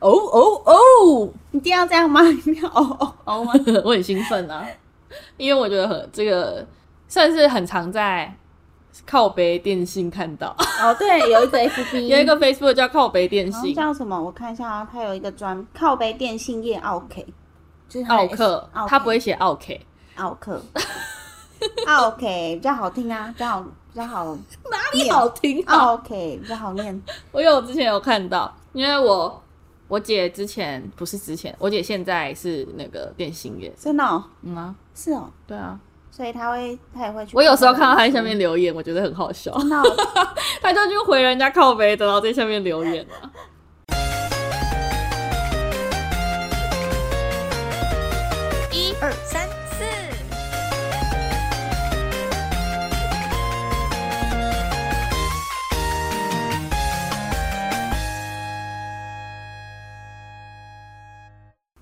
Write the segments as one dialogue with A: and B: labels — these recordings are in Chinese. A: 哦哦哦，
B: 一定要这样吗？一定要哦哦哦吗？
A: 我很兴奋啊，因为我觉得很这个算是很常在靠北电信看到，
B: 哦，对，有一个 FB，
A: 有一个 Facebook 叫靠北电
B: 好像
A: 信，
B: 叫什么？我看一下啊，它有一个专靠背电信业奥 K，就是它的
A: 奥克，
B: 奥
A: 他不会写奥 K，
B: 奥克，奥 K 比较好听啊，比较好比较好
A: 哪里好听 啊？
B: 奥 K 比较好念。
A: 我有之前有看到，因为我我姐之前不是之前，我姐现在是那个电信业，
B: 真的、哦、
A: 嗯啊，
B: 是哦，
A: 对啊，
B: 所以他会他也会去。
A: 我有时候看到她在下面留言，我觉得很好笑，
B: 真的哦、
A: 她就去回人家靠背的，然后在下面留言啊。
C: 一二三四，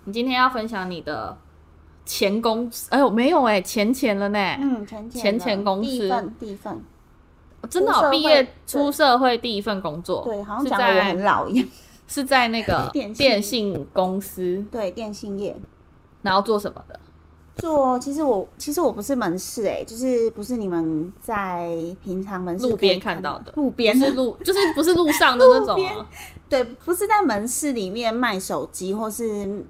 A: 你今天要分享你的前公司？哎呦，没有哎、前前了呢、
B: 嗯，浅浅
A: 浅
B: 的
A: 浅公司
B: 地分地分，
A: 真的哦、
B: 出社会
A: 毕业
B: 对
A: 出社会第一份工作，
B: 对，好像
A: 是
B: 讲的我
A: 在
B: 很老一样。
A: 是在那个
B: 电信
A: 电信公司，
B: 对，电信业
A: 然后做什么的？
B: 做，其实我其实我不是门市哎、就是不是你们在平常门市
A: 路
B: 可以
A: 边看到的
B: 路
A: 不
B: 边
A: 是路， 就是不是路上的那种、啊，
B: 对，不是在门市里面卖手机或是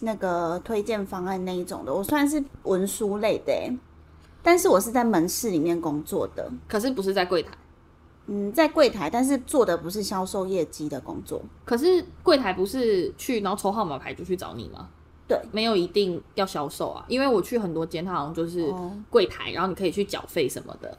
B: 那个推荐方案那一种的，我算是文书类的、欸，但是我是在门市里面工作的，
A: 可是不是在柜台，
B: 嗯，在柜台，但是做的不是销售业绩的工作，
A: 可是柜台不是去然后抽号码牌就去找你吗？
B: 对，
A: 没有一定要销售啊，因为我去很多间，它好像就是
B: 哦
A: 柜台，然后你可以去缴费什么的。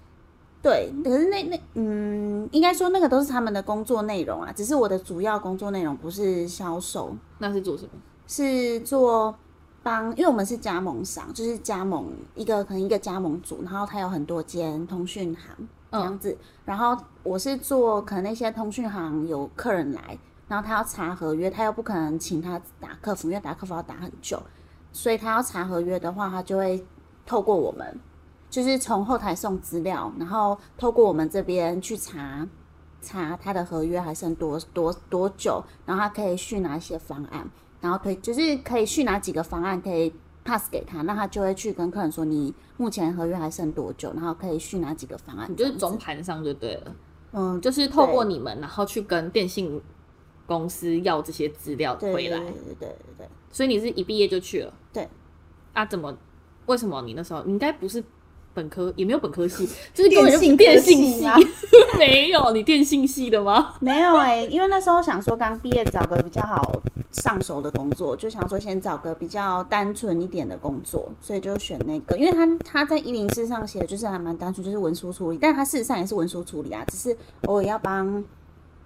B: 对，可是那那嗯，应该说那个都是他们的工作内容啊，只是我的主要工作内容不是销售，
A: 那是做什么？
B: 是做帮，因为我们是加盟商，就是加盟一个可能一个加盟组，然后它有很多间通讯行这样子。然后我是做可能那些通讯行有客人来，然后他要查合约，他又不可能请他打客服，因为打客服要打很久，所以他要查合约的话，他就会透过我们。就是从后台送资料，然后透过我们这边去查查他的合约还剩多多多久，然后他可以续哪一些方案，然后推就是可以续哪几个方案可以 pass 给他，那他就会去跟客人说你目前合约还剩多久，然后可以续哪几个方案，
A: 你就是
B: 这样
A: 总
B: 子
A: 盘商就对了，
B: 嗯就
A: 就是透过你们，然后去跟电信公司要这些资料
B: 对
A: 回来
B: 对。对对对对，
A: 所以你是一毕业就去了？
B: 对。
A: 啊？怎么？为什么你那时候你应该不是本科，也没有本科 系，就是根本就不
B: 电
A: 电
B: 信
A: 信
B: 科系
A: 系
B: 啊，
A: 没有你电信系的吗？
B: 没有哎、因为那时候想说刚毕业找个比较好上手的工作，就想说先找个比较单纯一点的工作，所以就选那个。因为他他在一零四上写的就是还蛮单纯，就是文书处理，但他事实上也是文书处理啊，只是偶尔要帮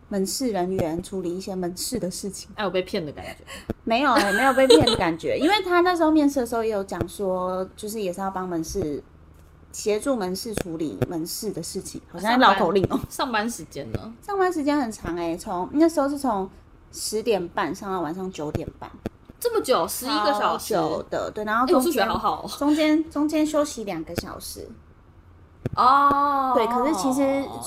B: 门市人员处理一些门市的事情。
A: 哎，我被骗的感觉。
B: 没有、欸，没有被骗的感觉，因为他那时候面试的时候也有讲说，就是也是要帮门市协助门市处理门市的事情，好像
A: 上
B: 绕
A: 班
B: 口令哦、
A: 上班时间呢？
B: 上班时间很长哎、从那时候是从十点半上到晚上九点半，
A: 这么久，十一个小时。
B: 超久的对，然后
A: 哎，我
B: 中
A: 数学
B: 间、
A: 好好哦。
B: 中间中间休息两个小时，
A: 哦
B: 对可是其实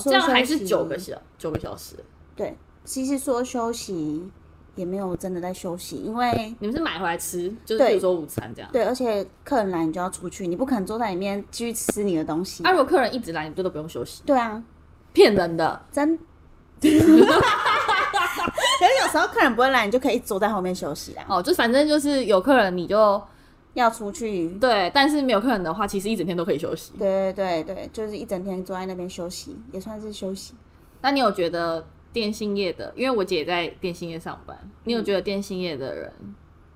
A: 这样
B: 说
A: 还
B: 休
A: 是
B: 息
A: 九个小九个小时。
B: 对，其实说休息也没有真的在休息，因为
A: 你们是买回来吃，就是
B: 对
A: 比如说午餐这样。
B: 对，而且客人来你就要出去，你不可能坐在里面继续吃你的东西，
A: 啊，如果客人一直来，你们就都不用休息，
B: 对啊，
A: 骗人的。
B: 真。可是有时候客人不会来，你就可以一直坐在后面休息啦。
A: 哦，就反正就是有客人你就
B: 要出去，
A: 对，但是没有客人的话，其实一整天都可以休息。
B: 对对对对，就是一整天坐在那边休息，也算是休息。
A: 那你有觉得电信业的，因为我姐也在电信业上班，你有觉得电信业的人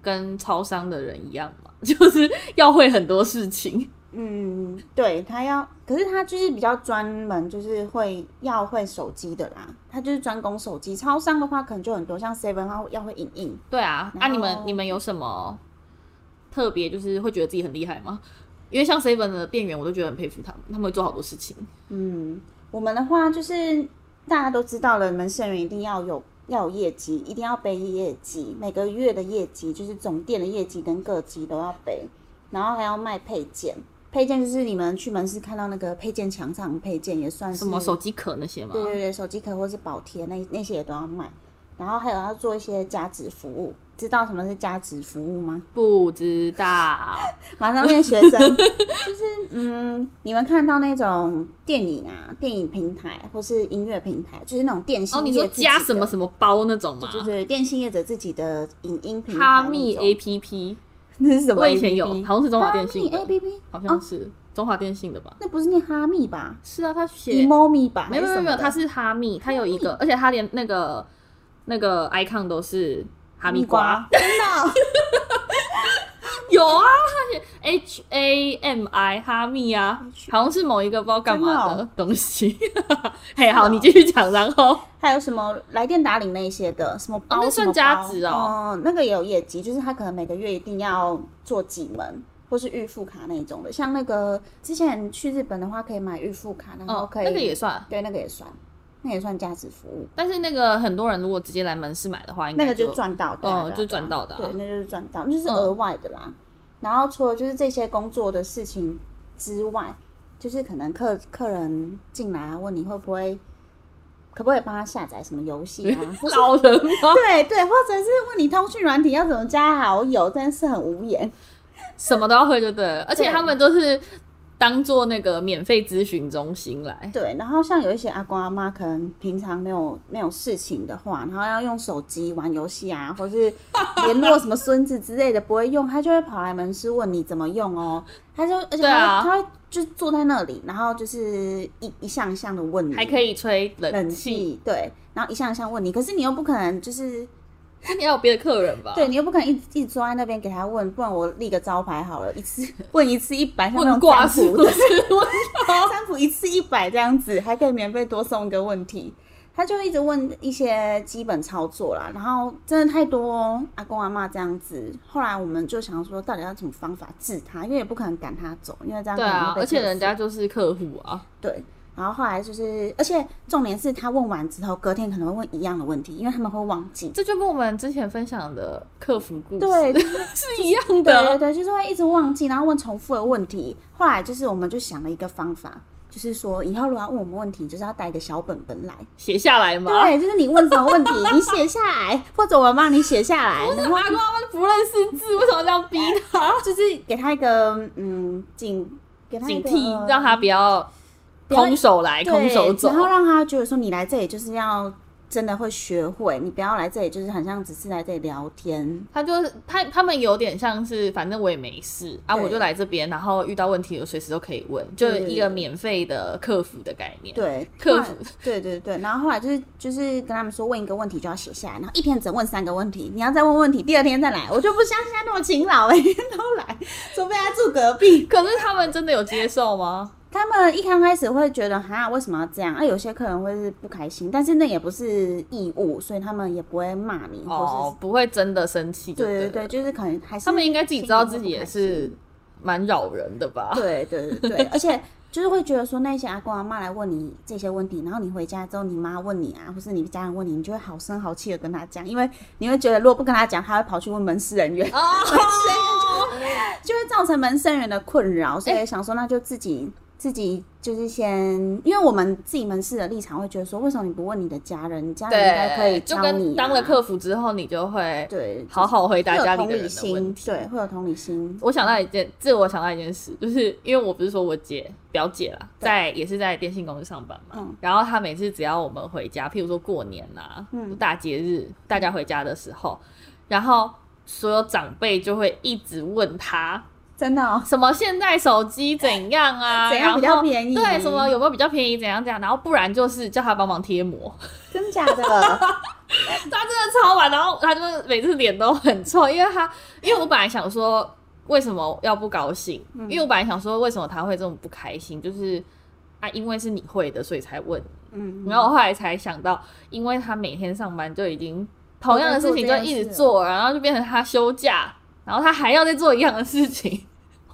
A: 跟超商的人一样吗？ 就是要会很多事情，
B: 嗯，对他要，可是他就是比较专门，就是会要会手机的啦。他就是专攻手机。超商的话，可能就很多，像 Seven 他要会影印，
A: 对啊。啊，
B: 然后
A: 你们你们有什么特别，就是会觉得自己很厉害吗？因为像 Seven 的店员，我都觉得很佩服他们，他们会做好多事情。
B: 嗯，我们的话就是大家都知道了，门市人一定要有要有业绩，一定要背业绩，每个月的业绩就是总店的业绩跟各级都要背，然后还要卖配件。配件就是你们去门市看到那个配件墙啊上的配件也算是
A: 什么手机壳那些吗？
B: 对对对，手机壳或是保贴那那些也都要卖。然后还有要做一些价值服务。知道什么是价值服务吗？
A: 不知道，
B: 马上变学生， 就是嗯，你们看到那种电影啊、电影平台或是音乐平台，就是那种电
A: 哦，
B: 信
A: 你
B: 业
A: 说
B: 自己
A: 加
B: 的
A: 什么什么包那种吗？
B: 对对对，电信业者自己的影音平台那
A: 哈
B: 种。
A: 密 A P P，
B: 那是什么
A: 我
B: APP？
A: 以前有，好像是中华电信
B: 哈密
A: 的，
B: A P 哦 P，
A: 好像是中华电信的吧？
B: 那不是念哈密吧
A: 是啊，他写
B: ？emoji 吧？
A: 没有没有没有，它
B: 他
A: 是哈密，它有一个，而且它连那个那个 icon 都是哈密瓜，，
B: 真的哦
A: 有啊，它写 H A M I 哈密啊，好像是某一个不知道干嘛
B: 真的哦
A: 的东西。 嘿，好，你继续讲，然后
B: 还有什么来电打铃那一些的，什么包、
A: 哦那
B: 什
A: 算
B: 么包
A: 加值哦
B: 哦、那个也有业绩，就是他可能每个月一定要做几门。或是预付卡那一种的，像那个之前去日本的话，可以买预付卡，然后
A: 哦，
B: 可以、
A: 那个也算，
B: 对，那个也算，那也算价值服务，
A: 但是那个很多人如果直接来门市买的话，应该
B: 那个就赚到的啊，
A: 哦
B: 对啊
A: 就赚到的啊
B: 对，那就是赚到，就是
A: 嗯
B: 额外的啦。然后除了就是这些工作的事情之外，就是可能客客人进来啊问你会不会，可不可以帮他下载什么游戏啊，或是
A: 老人吗？
B: 对对，或者是问你通讯软体要怎么加好友，真的是很无言。
A: 什么都要会就对了，而且
B: 对
A: 他们都是当做那个免费咨询中心来。
B: 对，然后像有一些阿公阿妈，可能平常没有没有事情的话，然后要用手机玩游戏啊，或是联络什么孙子之类的不会用，他就会跑来门市问你怎么用哦。他就而且
A: 对
B: 他
A: 啊
B: 会、他会就坐在那里，然后就是一一项一项的问你，
A: 还可以吹
B: 冷
A: 冷气，
B: 气对，然后一项一项问你，可是你又不可能就是
A: 今天有别的客人吧？
B: 对，你又不可能一直一直坐在那边给他问，不然我立个招牌好了，一次 问一次一百，像那
A: 问
B: 种
A: 卦
B: 挂
A: 是
B: 卜
A: 不
B: 的，
A: 是？问
B: 占卜一次一百这样子，还可以免费多送一个问题。他就一直问一些基本操作啦，然后真的太多、哦、阿公阿妈这样子。后来我们就想说，到底要什么方法治他？因为也不可能赶他走，因为这样
A: 对
B: 可能
A: 啊，
B: 会被
A: 而且
B: 克
A: 人
B: 死
A: 家就是客户啊，
B: 对。然后后来就是，而且重点是他问完之后，隔天可能会问一样的问题，因为他们会忘记。
A: 这就跟我们之前分享的客服故事
B: 对，
A: 是一样
B: 对对
A: 的。
B: 对，就是会一直忘记，然后问重复的问题。后来就是我们就想了一个方法，就是说以后如果要问我们问题，就是要带一个小本本来。
A: 写下来嘛，
B: 对，就是你问什么问题，你写下来，或者我们帮你写下来， 然后
A: 阿公阿妈不认识字，为什么这样逼他？
B: 就是给他一个嗯警，给他
A: 警
B: 一个
A: 惕，让他不要
B: 不要
A: 空手来，
B: 对
A: 空手走
B: 然。后让他觉得说你来这里就是要真的会学会，你不要来这里就是很像只是来这里聊天。
A: 他就是他，他们有点像是，反正我也没事啊，
B: 对
A: 我就来这边，然后遇到问题我随时都可以问，就
B: 对
A: 一个免费的客服的概念。
B: 对，
A: 客
B: 后来
A: 服
B: 对对对，然后后来就是就是跟他们说问一个问题就要写下来，然后一天只能问三个问题，你要再问问题，第二天再来，我就不相信他那么勤劳，每天都来，除非他住隔壁。
A: 可是他们真的有接受吗？
B: 他们一刚开始会觉得哈，为什么要这样？啊，有些客人会是不开心，但是那也不是义务，所以他们也不会骂你，或
A: 哦
B: 是，
A: 不会真的生气就
B: 对对
A: 了
B: 对，就是可能还是
A: 他们应该自己知道自己也
B: 心里
A: 是蛮扰人的吧？
B: 嗯会不开心，对对 对对，而且就是会觉得说那些阿公阿妈来问你这些问题，然后你回家之后，你妈问你啊，或是你家人问你，你就会好声好气的跟他讲，因为你会觉得如果不跟他讲，他会跑去问门市人员，
A: 啊，
B: 就会造成门生人的困
A: 哎
B: 扰，所以想说那就自己、自己就是先，因为我们自己门市的立场会觉得说，为什么你不问你的家人？你家人应该可以
A: 对，
B: 教
A: 就
B: 你啊、
A: 跟当了客服之后，你就会
B: 对
A: 好好回
B: 会
A: 答
B: 有
A: 家里
B: 同
A: 的
B: 理
A: 人的问
B: 心，
A: 题。
B: 对，会有同理心，
A: 我想到一件，这我想到一件事，就是因为我不是说我姐表姐啦，
B: 对
A: 在也是在电信公司上班嘛，
B: 嗯
A: 然后她每次只要我们回家，譬如说过年啦、
B: 嗯
A: 大节日，大家回家的时候，然后所有长辈就会一直问她
B: 真的哦，
A: 什么现在手机怎样啊，
B: 怎样比
A: 然
B: 较
A: 后
B: 便宜
A: 对，什么有没有比较便宜，怎样怎样，然后不然就是叫她帮忙贴膜，
B: 真假的？
A: 他真的超晚，然后他就是每次脸都很臭，因为他因为我本来想说为什么要不高兴，
B: 嗯
A: 因为我本来想说为什么他会这么不开心，就是啊，因为是你会的，所以才问你。
B: 嗯，
A: 然后我后来才想到，因为他每天上班就已经同样的事情就一直
B: 都在做这件事
A: 做，然后就变成他休假，然后他还要再做一样的事情。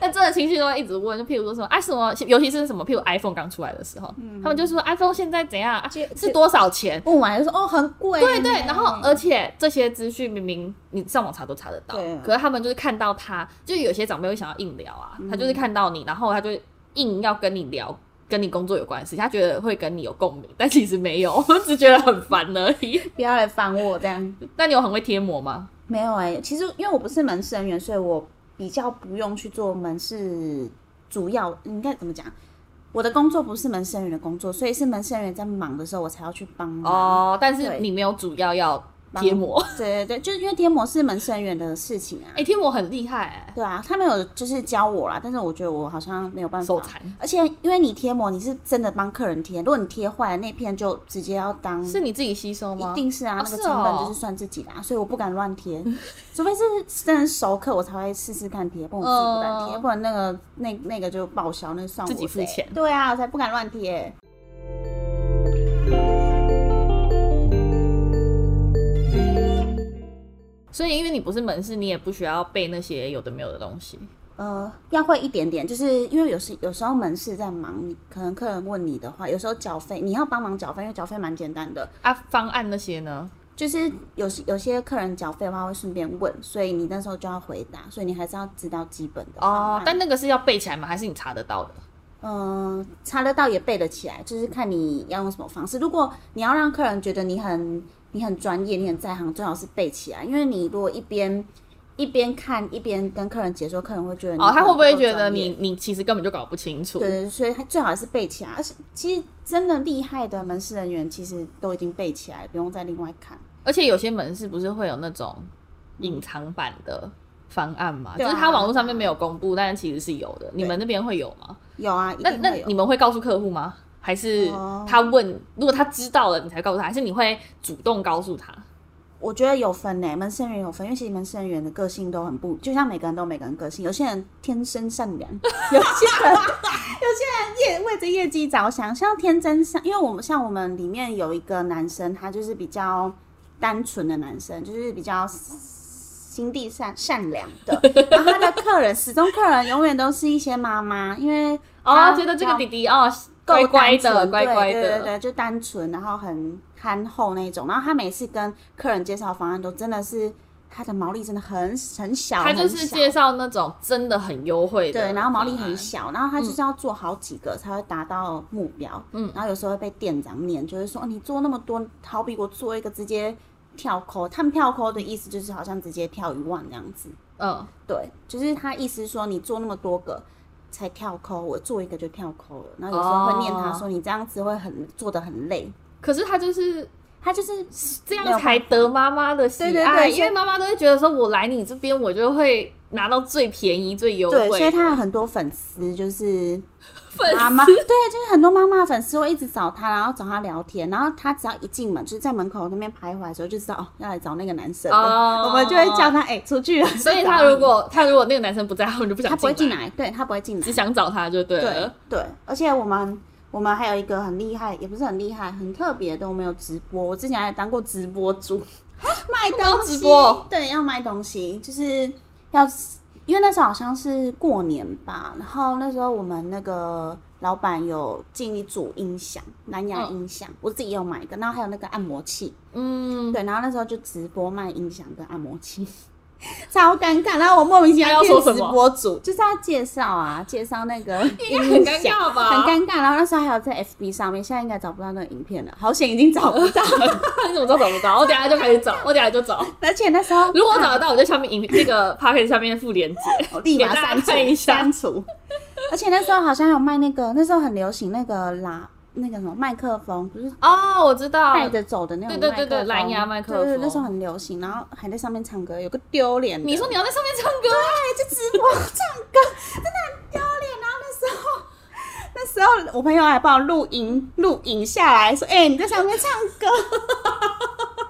A: 那真的情绪都会一直问，就譬如说什么啊什么，尤其是什么，譬如 iPhone 刚出来的时候，
B: 嗯
A: 他们就说 iPhone 现在怎样，啊
B: 就是
A: 多少钱，
B: 问完就说哦，很贵，
A: 对哎对，然后而且这些资讯明明你上网查都查得到
B: 对啊，
A: 可是他们就是看
B: 嗯
A: 到他，就有些长辈会想要硬聊啊，他就是看到你，然后他就硬要跟你聊跟你工作有关的事情，他觉得会跟你有共鸣，但其实没有，我只觉得很烦而 已。
B: 不要来烦我这样。
A: 那你有很会贴膜吗？
B: 没有哎、其实因为我不是门市人员，所以我比较不用去做门市主要应该怎么讲？我的工作不是门市人员的工作，所以是门市人员在忙的时候，我才要去帮忙。
A: 哦，但是
B: 嗯对
A: 你没有主要要贴膜，
B: 对对对，就是因为贴膜是门市人员的事情啊。
A: 哎、贴膜很厉害、欸，
B: 对啊，他们有就是教我啦，但是我觉得我好像没有办法
A: 手残。
B: 而且因为你贴膜，你是真的帮客人贴，如果你贴坏了那片，就直接要当
A: 是你自己吸收吗？
B: 一定是
A: 哦
B: 啊，那个
A: 是
B: 成本
A: 哦
B: 就是算自己的、啊，所以我不敢 乱贴，除非是真的熟客，我才会试试看贴，不然我自己不敢贴，
A: 嗯
B: 不然那个那那个就报销，那个算我
A: 自己付
B: 的欸
A: 钱
B: 对啊，我才不敢乱贴。
A: 所以因为你不是门市，你也不需要背那些有的没有的东西。
B: 呃，要会一点点，就是因为有时有时候门市在忙，你可能客人问你的话，有时候缴费你要帮忙缴费，因为缴费蛮简单的，
A: 啊，方案那些呢？
B: 就是有时有些客人缴费的话会顺便问，所以你那时候就要回答，所以你还是要知道基本的方
A: 哦
B: 案，
A: 但那个是要背起来吗？还是你查得到的？
B: 嗯，查得到也背得起来，就是看你要用什么方式。如果你要让客人觉得你很你很专业，你很在行，最好是背起来，因为你如果一边一边看一边跟客人解说，客人会觉得嗯你
A: 哦，他会不会
B: 很
A: 觉
B: 专
A: 得
B: 业
A: 你？你其实根本就搞不清楚？
B: 对，对，所以他最好是背起来。而且其实真的厉害的门市人员，其实都已经背起来，不用再另外看。
A: 而且有些门市不是会有那种隐藏版的方案吗？
B: 对啊
A: 就是它网络上面没有公布，但是其实是有的。你们那边会有吗？
B: 有啊，一
A: 那
B: 定
A: 那
B: 会有
A: 你。们会告诉客户吗？还是
B: 哦
A: 他问？如果他知道了，你才告诉他，还是你会主动告诉他？
B: 我觉得有分呢、门市人员有分，因为其实门市人员的个性都很不，就像每个人都有每个人个性，有些人天生善良， 有些人有些人业为着业绩着想，像天真善，因为我们像我们里面有一个男生，他就是比较单纯的男生，就是比较心地善善良的，然后他的客人始终客人永远都是一些妈妈，因为
A: 哦，
B: 他
A: 觉得这个
B: 要
A: 弟弟哦，
B: 啊够
A: 乖乖
B: 单
A: 的，
B: 纯
A: 乖乖
B: 对对对
A: 的，
B: 对，就单纯，然后很憨厚那种。然后他每次跟客人介绍方案都真的是他的毛利真的很很小，
A: 他就
B: 很
A: 是
B: 小
A: 介绍那种真的很优惠的
B: 对，
A: 方案，
B: 然后毛利很小，然后他就是要做好几个才会达到目标。嗯，然后有时候会被店长念，就是说哦你做那么多，好比我做一个直接跳扣，他们跳扣的意思就是好像直接跳一万这样子。
A: 嗯，
B: 对，就是他意思说你做那么多个才跳扣，我做一个就跳扣了。然后有时候会念他说你这样子会很做的很累，
A: 可是他就是
B: 他就是
A: 这
B: 没有
A: 样
B: 办法
A: 才得妈妈的喜爱，
B: 对对对
A: 因为妈妈都会觉得说，我来你这边，我就会拿到最便宜、最优惠。
B: 对，所以他有很多粉丝，就是
A: 粉
B: 妈 妈，对，就是很多妈妈粉丝会一直找他，然后找他聊天，然后他只要一进门，就是在门口那边徘徊的时候，就知道哦要来找那个男生了，
A: 哦
B: 我们就会叫他哎、出去了。
A: 所以他如果他如果那个男生不在，他们就不想
B: 他不会进
A: 来，
B: 来，对他不会进来
A: 只，想找他就对
B: 对
A: 了。
B: 对，而且我们我们还有一个很厉害，也不是很厉害，很特别的，我们有直播。我之前还当过直播 主，卖
A: 要
B: 东西，
A: 哦直播
B: 对，要卖东西，就是要，因为那时候好像是过年吧，然后那时候我们那个老板有进一组音响，蓝牙
A: 嗯
B: 音响，我自己也有买一个，然后还有那个按摩器，
A: 嗯，
B: 对，然后那时候就直播卖音响跟按摩器， 超尴尬。然后我莫名其
A: 他要
B: 妙变
A: 说什
B: 直
A: 么
B: 播主，就是要介绍啊，介绍那 个
A: 该很
B: 音
A: 尴
B: 响，
A: 尬吧
B: 很尴尬。然后那时候还有在 FB 上面，现在应该找不到那个影片了，好险已经找不到。
A: 你怎么知道找不到？我等一下就开始找，我等一下就找。
B: 而且那时候啊
A: 如果我找得到，我就下面影那个 p o c k e t 下面附链接。
B: 我立马
A: 给大家
B: 删除
A: 看一下
B: 删除。而且那时候好像有卖那个，那时候很流行那个喇那个什么麦克风，不是
A: 哦，我知道，
B: 带着走的那种
A: 对
B: 麦
A: 对
B: 克
A: 对
B: 风，
A: 对蓝牙麦克风
B: 对对，那时候很流行，然后还在上面唱歌，有个丢脸的。
A: 你说你要在上面唱歌，啊
B: 就直播唱歌，真的很丢脸。然后那时候，那时候我朋友还帮我录影，录影下来说：“哎、你在上面唱歌。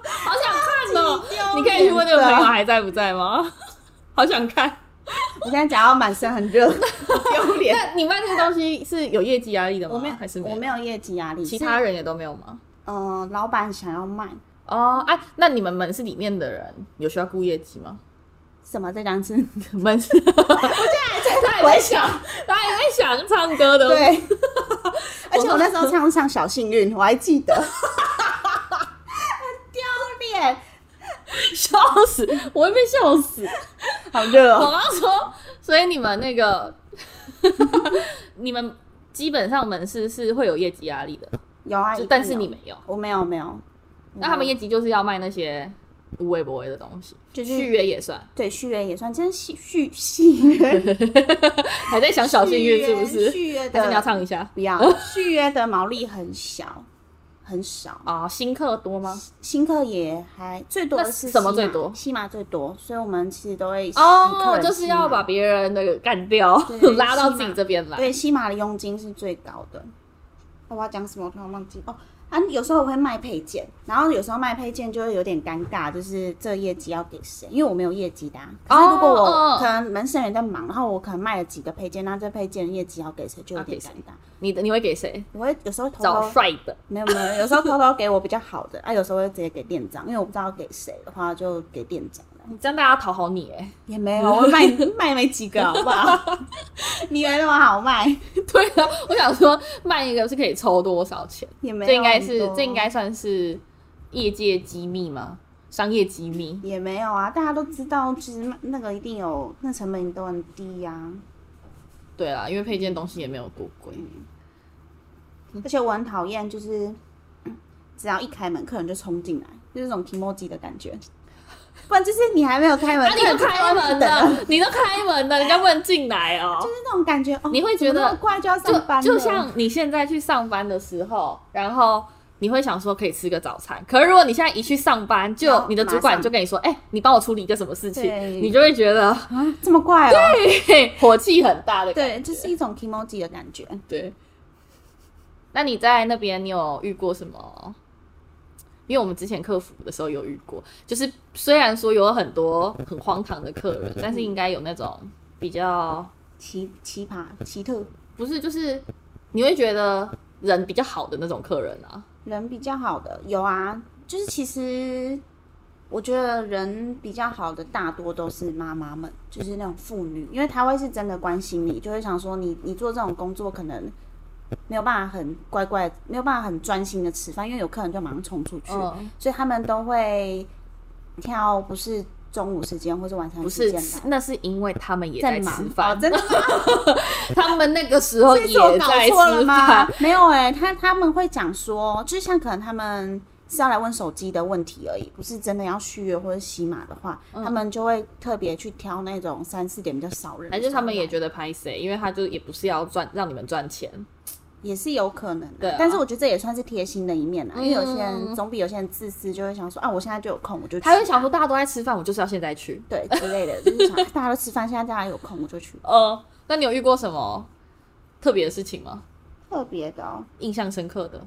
A: 好想看哦
B: 超级丢！脸
A: 你可以去问那个朋友
B: 的
A: 还在不在吗？ 好想看。”
B: 我现在讲到满身很 热，丢脸。
A: 那你卖这个东西是有业绩压力的吗？
B: 我没有，
A: 还是
B: 我没有业绩压力。
A: 其他人也都没有吗？
B: 嗯、呃老板想要卖
A: 哦，哎、那你们门市里面的人有需要顾业绩吗？
B: 什么这张 是？
A: 门市，我现在在想， 他也在想唱歌的，，
B: 对，而 且我那时候唱唱小幸运，我还记得。很丢脸，
A: 笑死，我会被笑死。
B: 好热
A: 我
B: 哦。
A: 刚说，所以你们那个，你们基本上门市是会有业绩压力的，
B: 有啊
A: 就，
B: 一定
A: 但是
B: 有
A: 你没有。
B: 我没有没有，
A: 那他们
B: 也
A: 业绩就是要卖那些无微不微的东西，
B: 就是
A: 续约也算，
B: 对续约也算，真续续 续约
A: 还在想小幸运是不是？
B: 续约
A: 还是你要
B: 的
A: 唱一下
B: 不要续约的毛利很小很少，
A: 啊？新客多吗？
B: 新客也还最多
A: 那
B: 的是
A: 什么
B: 西
A: 最
B: 马
A: 多
B: 西马最多，所以我们其实都会以客
A: 哦，
B: 人
A: 就是
B: 西
A: 要
B: 马
A: 把别人的干掉
B: 对，
A: 拉到
B: 起
A: 自己
B: 码
A: 这边来。
B: 对，西马的佣金是最高的。哦我要讲什么？我突然忘记哦。啊，有时候我会卖配件，然后有时候卖配件就会有点尴尬，就是这业绩要给谁？因为我没有业绩的、啊。可是如果我、
A: 哦
B: 可能门市人员在忙，然后我可能卖了几个配件，那这配件业绩要给谁就有点尴尬。
A: 你的你会给谁？
B: 我会有时候偷
A: 找
B: 偷
A: 帅的。
B: 没有没有，有时候偷偷给我比较好的，啊，有时候会直接给店长，因为我不知道给谁的话就给店长了。
A: 你这样大家讨好你哎，
B: 也没有，我卖 卖没几个，好不好？ 你以为那么好卖？
A: 对啊，我想说卖一个是可以抽多少钱？
B: 也没有
A: 这应该
B: 很
A: 是
B: 多
A: 这应该算是业界机密吗？商业机密？
B: 也没有啊，大家都知道，其实那个一定有，那成本都很低啊呀、
A: 对啦，因为配件东西也没有多贵。
B: 嗯而且我很讨厌，就是 嗯只要一开门，客人就冲进来，就是那种 i m o j i 的感觉。不然就是你还没有开门，
A: 啊，你
B: 客人
A: 都
B: 就
A: 开门
B: 等了，
A: 的，你都开门的，人家不能进来哦。
B: 就是那种感觉。哦、
A: 你会觉得
B: 怎么那么快就要上班了
A: 就像你现在去上班的时候，然后你会想说可以吃个早餐，可是如果你现在一去上班，就
B: 要
A: 你的主
B: 马
A: 管
B: 上
A: 就跟你说，哎、你帮我处理一个什么事情，
B: 对
A: 你就会觉 得
B: 啊这么快哦，
A: 嘿火气很大的
B: 对，
A: 感觉。
B: 就是一种 i m o j i 的感觉。
A: 对。那你在那边，你有遇过什么？因为我们之前客服的时候有遇过，就是虽然说有很多很荒唐的客
B: 嗯
A: 人，但是应该有那种比较
B: 奇奇葩奇特，
A: 不是，就是你会觉得人比较好的那种客人啊。
B: 人比较好的有啊，就是其实我觉得人比较好的大多都是妈妈们，就是那种妇女，因为她会是真的关心你，就会想说你你做这种工作可能没有办法很乖乖，没有办法很专心的吃饭，因为有客人就马上冲出去，
A: 嗯，
B: 所以他们都会挑不是中午时间或是晚餐
A: 不
B: 时
A: 是
B: 间，
A: 那是因为他们也在
B: 来，在
A: 吃
B: 忙哦
A: 饭，，
B: 真的吗
A: 他们那个时候
B: 这
A: 也
B: 次我搞
A: 在
B: 错了
A: 吃
B: 吗
A: 饭。？
B: 没有哎、他他们会讲说，就是像可能他们是要来问手机的问题而已，不是真的要续约或者洗码的话，
A: 嗯
B: 他们就会特别去挑那种三四点比较少人的时候来，
A: 还是他们也觉得拍谁，因为他就也不是要赚让你们赚钱，
B: 也是有可能的、
A: 对啊
B: 但是我觉得这也算是贴心的一面啦，啊因为有
A: 嗯
B: 些人总比有些人自私，就会想说啊，我现在就有空，我就去
A: 他会想说大家都在吃饭，我就是要现在去。
B: 对之类的，就是想啊大家都吃饭，现在大家有空我就去。
A: 呃，那你有遇过什么特别的事情吗？
B: 特别的、哦，
A: 印象深刻的？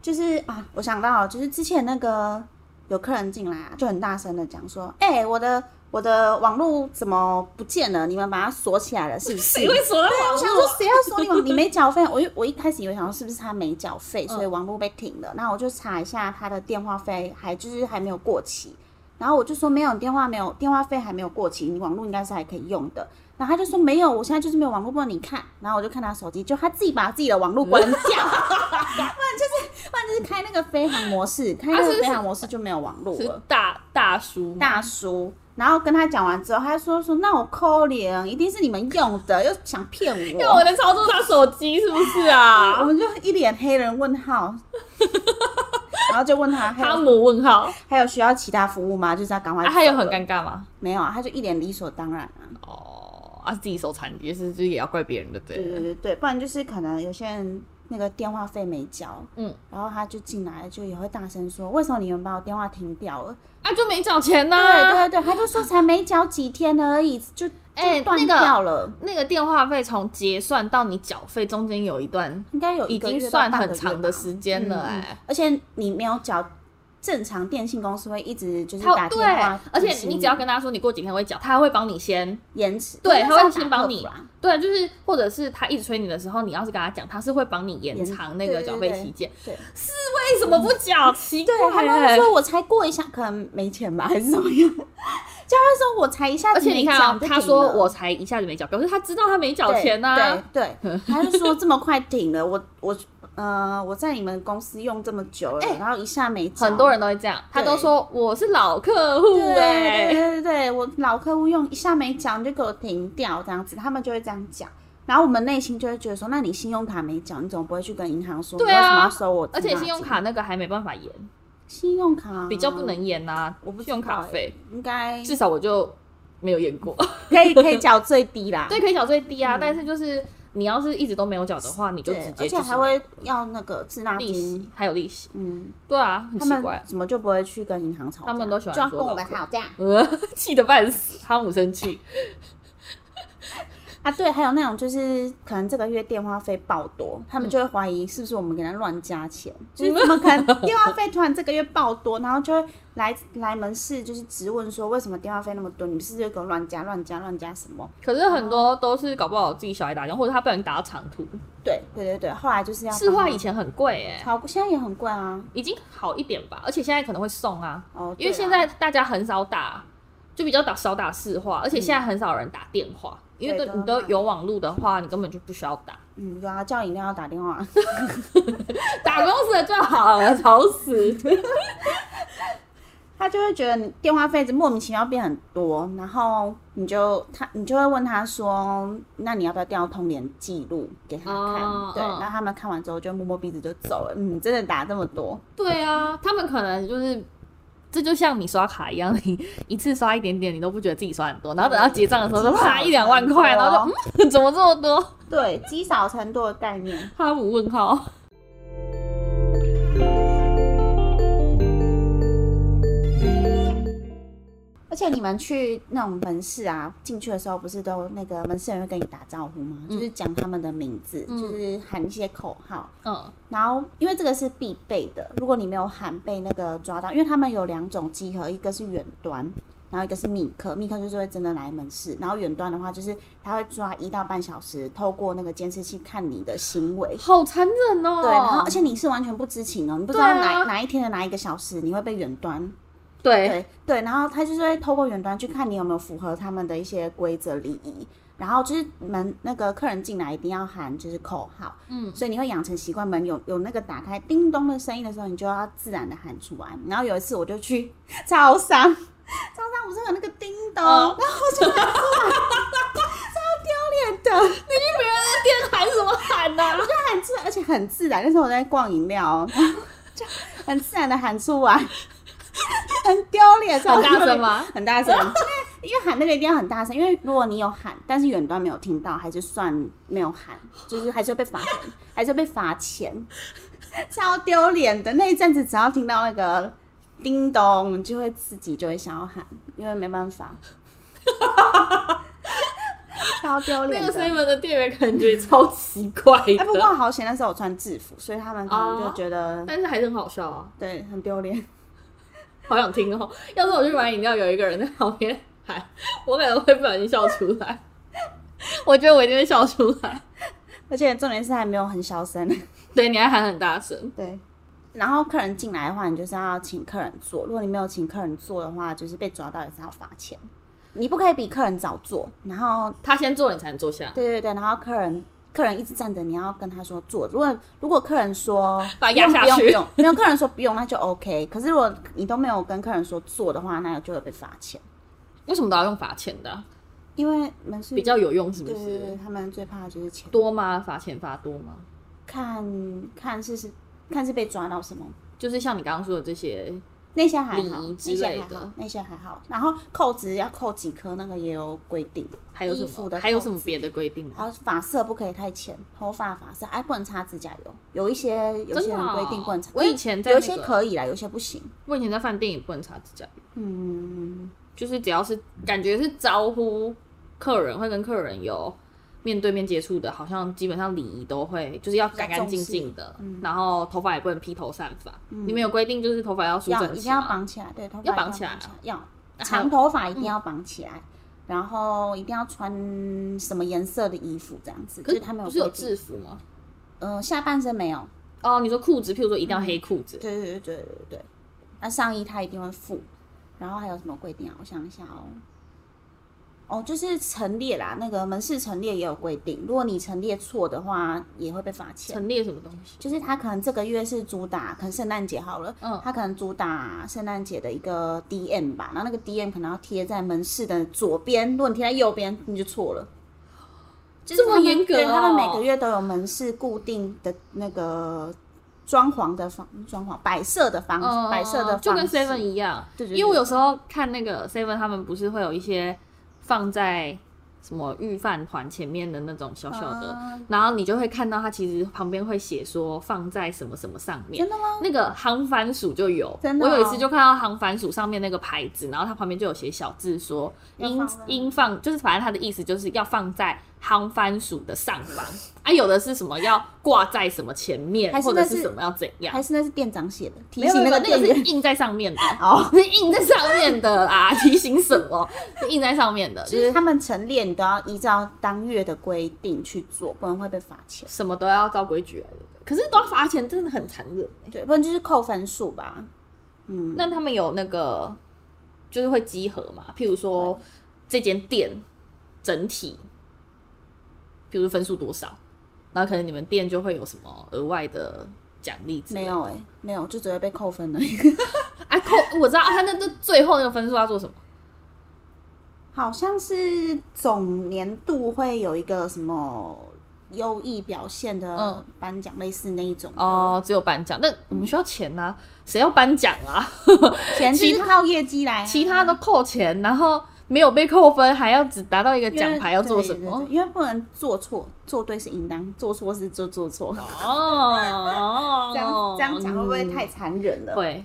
B: 就是啊，我想到了就是之前那个有客人进来啊，就很大声的讲说：“哎、我的我的网络怎么不见了？你们把它锁起来了是不是？”
A: 谁会
B: 我
A: 说到网
B: 想
A: 络
B: 说谁要锁你网？你没缴费？我 一我一开始以为想说是不是他没缴
A: 嗯
B: 费，所以网络被停了。那、我就查一下他的电话费还就是还没有过期。然后我就说没有，你电话没有，电话费还没有过期，你网络应该是还可以用的。然后他就说没有，我现在就是没有网络，不然你看。然后我就看他手机，就他自己把自己的网络关掉，不然就是不然就是开那个飞行模式，开那
A: 啊
B: 个
A: 是
B: 飞行模式就没有网络
A: 是
B: 了。
A: 大大叔吗
B: 大叔，然后跟他讲完之后，他说说那我扣零，一定是你们用的，又想骗
A: 因为我
B: 我。
A: 能操作他手机，是不是
B: 我
A: 啊？
B: 们就一脸黑人问 号，然后就问他还
A: 哈
B: 有
A: 姆问号，
B: 还有需要其他服务吗？就是他赶快
A: 啊，
B: 走了。
A: 他有很尴尬吗？
B: 没有啊？他就一脸理所当然啊。
A: 哦，啊，自己手残，也是就也要怪别人的，对
B: 对对
A: 了。
B: 对对，不然就是可能有些人那个电话费没交，
A: 嗯，
B: 然后他就进来就也会大声说，为什么你们把我电话停掉了？
A: 啊，就没找钱呐、
B: 对对对，他就说才没交几天而已，就
A: 哎
B: 就断
A: 那个
B: 掉了，
A: 那个电话费从结算到你缴费中间有一段，
B: 应该有
A: 已
B: 呃一个
A: 经
B: 月到
A: 算
B: 半
A: 很
B: 个月
A: 长
B: 吧
A: 的时间了哎、
B: 嗯而且你没有缴，正常电信公司会一直就是
A: 他
B: 打
A: 对
B: 电话，
A: 而
B: 提
A: 且
B: 醒
A: 你只要跟他说你过几天会缴，他会帮你先
B: 延迟，
A: 对，
B: 那
A: 他会
B: 是要
A: 先
B: 打
A: 帮
B: 客
A: 你
B: 服啊。
A: 对，就是或者是他一直催你的时候，你要是跟他讲，他是会帮你延长那个
B: 延
A: 缴费
B: 对对
A: 期嗯限。
B: 对
A: 为什么不缴？奇怪
B: 对，他们
A: 欸
B: 会说我才过一下，可能没钱吧，还是怎么样？就他说我才一下
A: 而
B: 子
A: 且
B: 没
A: 你
B: 缴，
A: 看啊，
B: 就
A: 他
B: 停
A: 说
B: 了
A: 我才一下子没缴，表示他知道他没缴钱啊呐、
B: 对对，他就说这么快停了，我我呃我在你们公司用这么久了，
A: 哎
B: 然后一下没缴，
A: 很多人都会这样，他
B: 对
A: 都说我是老客户
B: 对
A: 哎、
B: 对对对对，我老客户用一下没缴你就给我停掉这样子，他们就会这样讲。然然后我们内心就会觉得说，那你信用卡没缴，你怎么不会去跟银行说？
A: 对啊
B: 你为什么要收我？
A: 而且信用卡，那个还没办法延，
B: 信用卡
A: 比较不能延呐。我不信用欸卡费，
B: 应该
A: 至少我就没有延过。
B: 可以可以缴最低啦。
A: 对，可以缴最低啊，但是就是你要是一直都没有缴的话，你就
B: 对，
A: 直接
B: 而且
A: 就是
B: 还会要那个滞纳
A: 利息
B: 金。，
A: 还有利息。
B: 嗯，
A: 对啊，很
B: 他
A: 奇怪
B: 们。怎么就不会去跟银行吵架？
A: 他们都喜欢
B: 就要
A: 说
B: 跟我们
A: 老客
B: 吵架
A: 呃，气得半死，汤姆生气。
B: 啊！对，还有那种就是可能这个月电话费爆多，他们就会怀疑是不是我们给他乱加 钱，就是怎么可能电话费突然这个月爆多，然后就会来来门市就是质问说为什么电话费那么多，你们是不是给我乱加乱加乱加什么？
A: 可是很多都是搞不好自己小孩打电话，或者他不小心打到长途。
B: 对对对对，后来就是要
A: 市话
B: 帮
A: 以前很贵哎、
B: 忙炒，现在也很贵啊。
A: 已经好一点吧，而且现在可能会送啊，
B: 哦，
A: 因为
B: 对啊
A: 现在大家很少打，就比较打少打市话，而且现在很少人打电话，因为
B: 对
A: 嗯都
B: 都
A: 你都
B: 很
A: 有网络的话，你根本就不需要打，
B: 嗯，有啊，叫饮料要打电话。
A: 打公司的就好了，吵死。
B: 他就会觉得你电话费莫名其妙变很多，然后你就他你就会问他说，那你要不要调通联记录给他看？
A: 哦
B: 对，
A: 嗯
B: 然后他们看完之后就摸摸鼻子就走了。嗯，真的打这么多，
A: 对啊，他们可能就是。这就像你刷卡一样，你一次刷一点点，你都不觉得自己刷很多，然后等到结账的时候，都嗯刷一两万块，然后就、嗯、怎么这么多？
B: 对积少成多的概念。
A: 哈姆问号。
B: 而且你们去那种门市啊，进去的时候不是都那个门市人会跟你打招呼吗？就是讲他们的名字，
A: 嗯
B: 就是喊一些口号。
A: 嗯，
B: 然后，因为这个是必备的，如果你没有喊被那个抓到，因为他们有两种集合，一个是远端，然后一个是密客，密客就是会真的来门市，然后远端的话就是他会抓一到半小时，透过那个监视器看你的行为。
A: 好残忍哦。
B: 对，然后而且你是完全不知情哦，你不知道
A: 对
B: 哪、
A: 啊
B: 哪一天的哪一个小时你会被远端，
A: 对
B: 对对，然后他就是会透过远端去看你有没有符合他们的一些规则礼仪，然后就是门那个客人进来一定要喊就是口号，
A: 嗯
B: 所以你会养成习惯，门有有那个打开叮咚的声音的时候，你就要自然的喊出来。然后有一次我就 去超商，超商不是有那个叮
A: 嗯
B: 咚，然后我就喊 出来，超丢脸的，
A: 别人的店喊什么喊啊呐、
B: 我就喊出来，而且很自然。那时候我在逛饮 料、哦，然后就很自然的喊出来，很丢脸，超
A: 很
B: 丢脸
A: 大声吗？
B: 很大声， 因为因为喊那个一定要很大声，因为如果你有喊，但是远端没有听到，还是算没有喊，就是还是会被 罚钱，还是会被罚钱，超丢脸的。那一阵子只要听到那个叮咚，你就会自己就会想要喊，因为没 办法，超丢
A: 那
B: 脸
A: 个
B: 的。
A: seven 的店员感觉超奇怪
B: 哎、不过
A: 的，
B: 好险，那时候我穿制服，所以他们可能
A: 哦
B: 就觉得、
A: 但是还是很好笑啊，
B: 对很丢脸。
A: 好想听哦。要是我去买饮料，有一个人在旁边喊，我可能会不小心笑出来。 我觉得我一定会笑出来。
B: 而且重点是还没有很小声。
A: 对，你还喊很大声，
B: 对。然后客人进来的话，你就是要请客人做。如果你没有请客人做的话，就是被抓到也是要罚钱。你不可以比客人早做，然后
A: 他先坐你才能坐下，
B: 对对对，然后客人客人一直站着，你要跟他说坐。如果如果客人说
A: 把他压下
B: 不用不
A: 去
B: 用不用，没有客人说不用，那就 OK。可是如果你都没有跟客人说坐的话，那就会被罚钱，
A: 为什么都要用罚钱的啊、
B: 因为门市
A: 比较有用是不
B: 对对对，
A: 是？
B: 他们最怕的就是钱。
A: 多吗？罚钱罚多吗？
B: 看看是是看是被抓到什么，
A: 就是像你刚刚说的这些，
B: 那些还好，
A: 礼仪
B: 那
A: 之
B: 些
A: 类
B: 还
A: 的
B: 好，那些还好。然后扣子要扣几颗，那个也有规定。
A: 还有
B: 衣
A: 什
B: 服
A: 么？
B: 的
A: 还有
B: 扣
A: 什么
B: 子
A: 别的规定吗？
B: 然后发色不可以太浅，头发发色哎不能擦指甲油，有一些有
A: 真
B: 些
A: 的
B: 人
A: 哦
B: 规定不能擦。
A: 我以前在
B: 有一
A: 那
B: 些
A: 个
B: 可以啦，有一些不行。
A: 我以前在饭店也不能擦指甲油
B: 嗯，
A: 就是只要是感觉是招呼客人，会跟客人有面对面接触的，好像基本上礼仪都会就是要干干净净的，
B: 嗯
A: 然后头发也不能披头散发。你们有规定就是头发要梳
B: 要
A: 整
B: 一
A: 齐
B: 定要
A: 吗？
B: 绑起来，对，头
A: 要
B: 发一定
A: 绑起来啊
B: 要长头发
A: 嗯
B: 一定要绑起来，然后一定要穿什么颜色的衣服这样子。
A: 可
B: 就是是他们
A: 不是有
B: 规定
A: 制服吗？
B: 呃下半身没有，
A: 哦，你说裤子，譬如说一定
B: 嗯
A: 要黑裤子，
B: 对对对对对对，那上衣他一定会付，然后还有什么规定啊？我想一下哦。哦，就是陈列啦，那个门市陈列也有规定，如果你陈列错的话，也会被罚钱。
A: 陈列什么东西？
B: 就是他可能这个月是主打，可能圣诞节好了，
A: 嗯
B: 他可能主打圣诞节的一个 DM 吧，然后那个 DM 可能要贴在门市的左边，如果你贴在右边，你就错了。就是
A: 这么
B: 他们
A: 严格
B: 对他们
A: 哦
B: 每个月都有门市固定的那个装潢的方装潢摆设的方、
A: 嗯，
B: 摆设的方式，
A: 就跟 Seven 一样，
B: 对对对
A: 因为我有时候看那个 Seven，他们不是会有一些放在什么预饭团前面的那种小小的，
B: 啊
A: 然后你就会看到它其实旁边会写说放在什么什么上面
B: 真。的吗？
A: 那个航番薯就有，
B: 真的
A: 我有一
B: 哦
A: 次就看到航番薯上面那个牌子，然后它旁边就有写小字说
B: 要
A: 应
B: 放在
A: 应放，就是反正它的意思就是要放在航番薯的上方啊，有的是什么要挂在什么前面，
B: 还是
A: 或者
B: 那
A: 是
B: 是
A: 什么要怎样，
B: 还是那是店长写的，提
A: 没有
B: 醒
A: 没有
B: 个
A: 没有
B: 店
A: 那个
B: 员
A: 是印在上面的，
B: 哦。
A: 是印在上面的啦， 提醒什么？是印在上面的， 就
B: 就是是他们陈列，你都要依照当月的规定去做，不然会被罚钱。
A: 什么都要照规矩来的。可是都要罚钱，真的很残忍、欸。
B: 对，不然就是扣分数吧。嗯，
A: 那他们有那个，就是会集合嘛？譬如说这间店整体，譬如分数多少，然后可能你们店就会有什么额外的奖励之类
B: 没
A: 的。
B: 有哎、没有，就只会被扣分而已。
A: 啊，扣我知道，啊他那那最后那个分数要做什么？
B: 好像是总年度会有一个什么优异表现的
A: 嗯
B: 颁奖，类似那一种的。
A: 哦，只有颁奖，那我们需要钱啊，谁要颁奖啊？
B: 钱
A: 其
B: 就是靠业绩来啊，
A: 其他都扣钱，然后没有被扣分，还要只达到一个
B: 因为
A: 奖牌，要做什
B: 对对
A: 么
B: 对？因为不能做错，做对是应当，做错是就做错。
A: 哦，
B: 这样这样讲会不会太残忍了？
A: 嗯？会，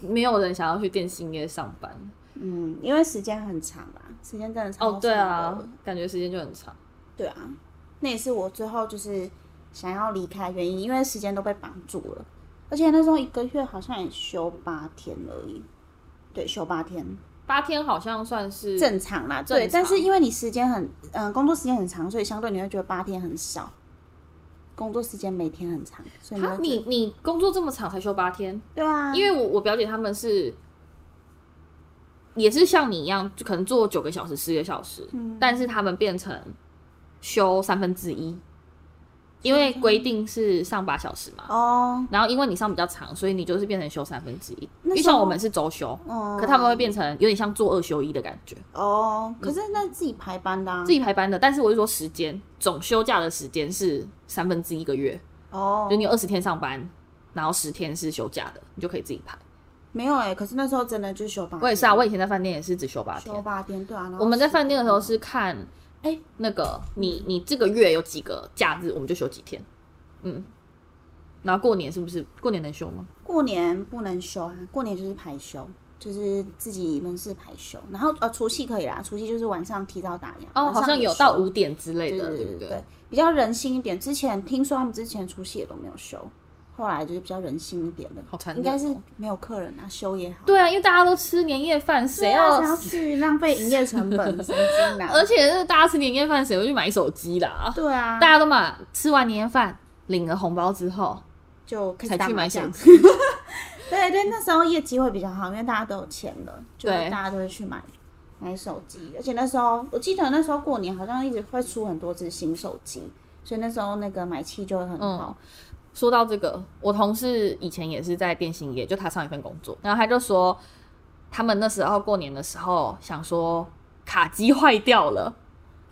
A: 没有人想要去电信业上班。
B: 嗯，因为时间很长啦，时间真的超
A: 哦，对啊
B: 长的，
A: 感觉时间就很长。
B: 对啊，那也是我最后就是想要离开原因，因为时间都被绑住了，而且那时候一个月好像也休八天而已，对，休八天
A: 八天好像算是
B: 正常啦，
A: 正
B: 对，但是
A: 常
B: 因为你时间很，嗯、工作时间很长，所以相对你会觉得八天很少，工作时间每天很长，所以你
A: 哈
B: 会觉
A: 你
B: 得
A: 你工作这么长才休八天，
B: 对啊，
A: 因为我我表姐他们是。也是像你一样，就可能做九个小时、十个小时，
B: 嗯
A: 但是他们变成休三分之一，因为规定是上八小时嘛。
B: 哦，
A: 然后因为你上比较长，所以你就是变成休三分之一。因
B: 那
A: 为
B: 时候
A: 像我们是周休，
B: 哦，
A: 可他们会变成有点像做二休一的感觉，
B: 哦，可是那自己排班的、啊，
A: 嗯自己排班的。但是我是说时间，总休假的时间是三分之一个月，
B: 哦
A: 就，你有二十天上班，然后十天是休假的，你就可以自己排。
B: 没有哎、可是那时候真的就是休八天，
A: 我也是啊，我以前在饭店也是只休八
B: 休
A: 天。
B: 八天，对啊，然后
A: 我们在
B: 十
A: 饭店的时候
B: 天
A: 是看，哎、那个你你这个月有几个假日，我们就休几天，嗯。然后过年是不是过年能休吗？
B: 过年不能休啊，过年就是排休，就是自己门市排休。然后呃，除夕可以啦，除夕就是晚上提早打烊。
A: 哦，
B: 晚
A: 好像
B: 上
A: 有
B: 休
A: 到五点之类
B: 对
A: 的，
B: 对
A: 对
B: 对
A: 不
B: 对
A: 对？
B: 对，比较人性一点。之前听说他们之前除夕也都没有休，后来就是比较人性一点的，
A: 好残忍
B: 应
A: 哦
B: 该是没有客人啊，休也好。
A: 对啊，因为大家都吃年夜饭，谁要？
B: 啊谁要去浪费营业成本？ 神经啊！
A: 啊而且是大家吃年夜饭，谁会去买手机啦？
B: 对啊，
A: 大家都嘛，吃完年夜饭领了红包之后
B: 就开始
A: 才
B: 打
A: 去
B: 麻
A: 买手
B: 将。
A: 机。
B: 对对，那时候业绩会比较好，因为大家都有钱了，就是
A: 对
B: 大家都会去买买手机，而且那时候我记得那时候过年好像一直会出很多只新手机，所以那时候那个买气就会很好。
A: 嗯说到这个，我同事以前也是在电信业，就他上一份工作，然后他就说，他们那时候过年的时候想说卡机坏掉了，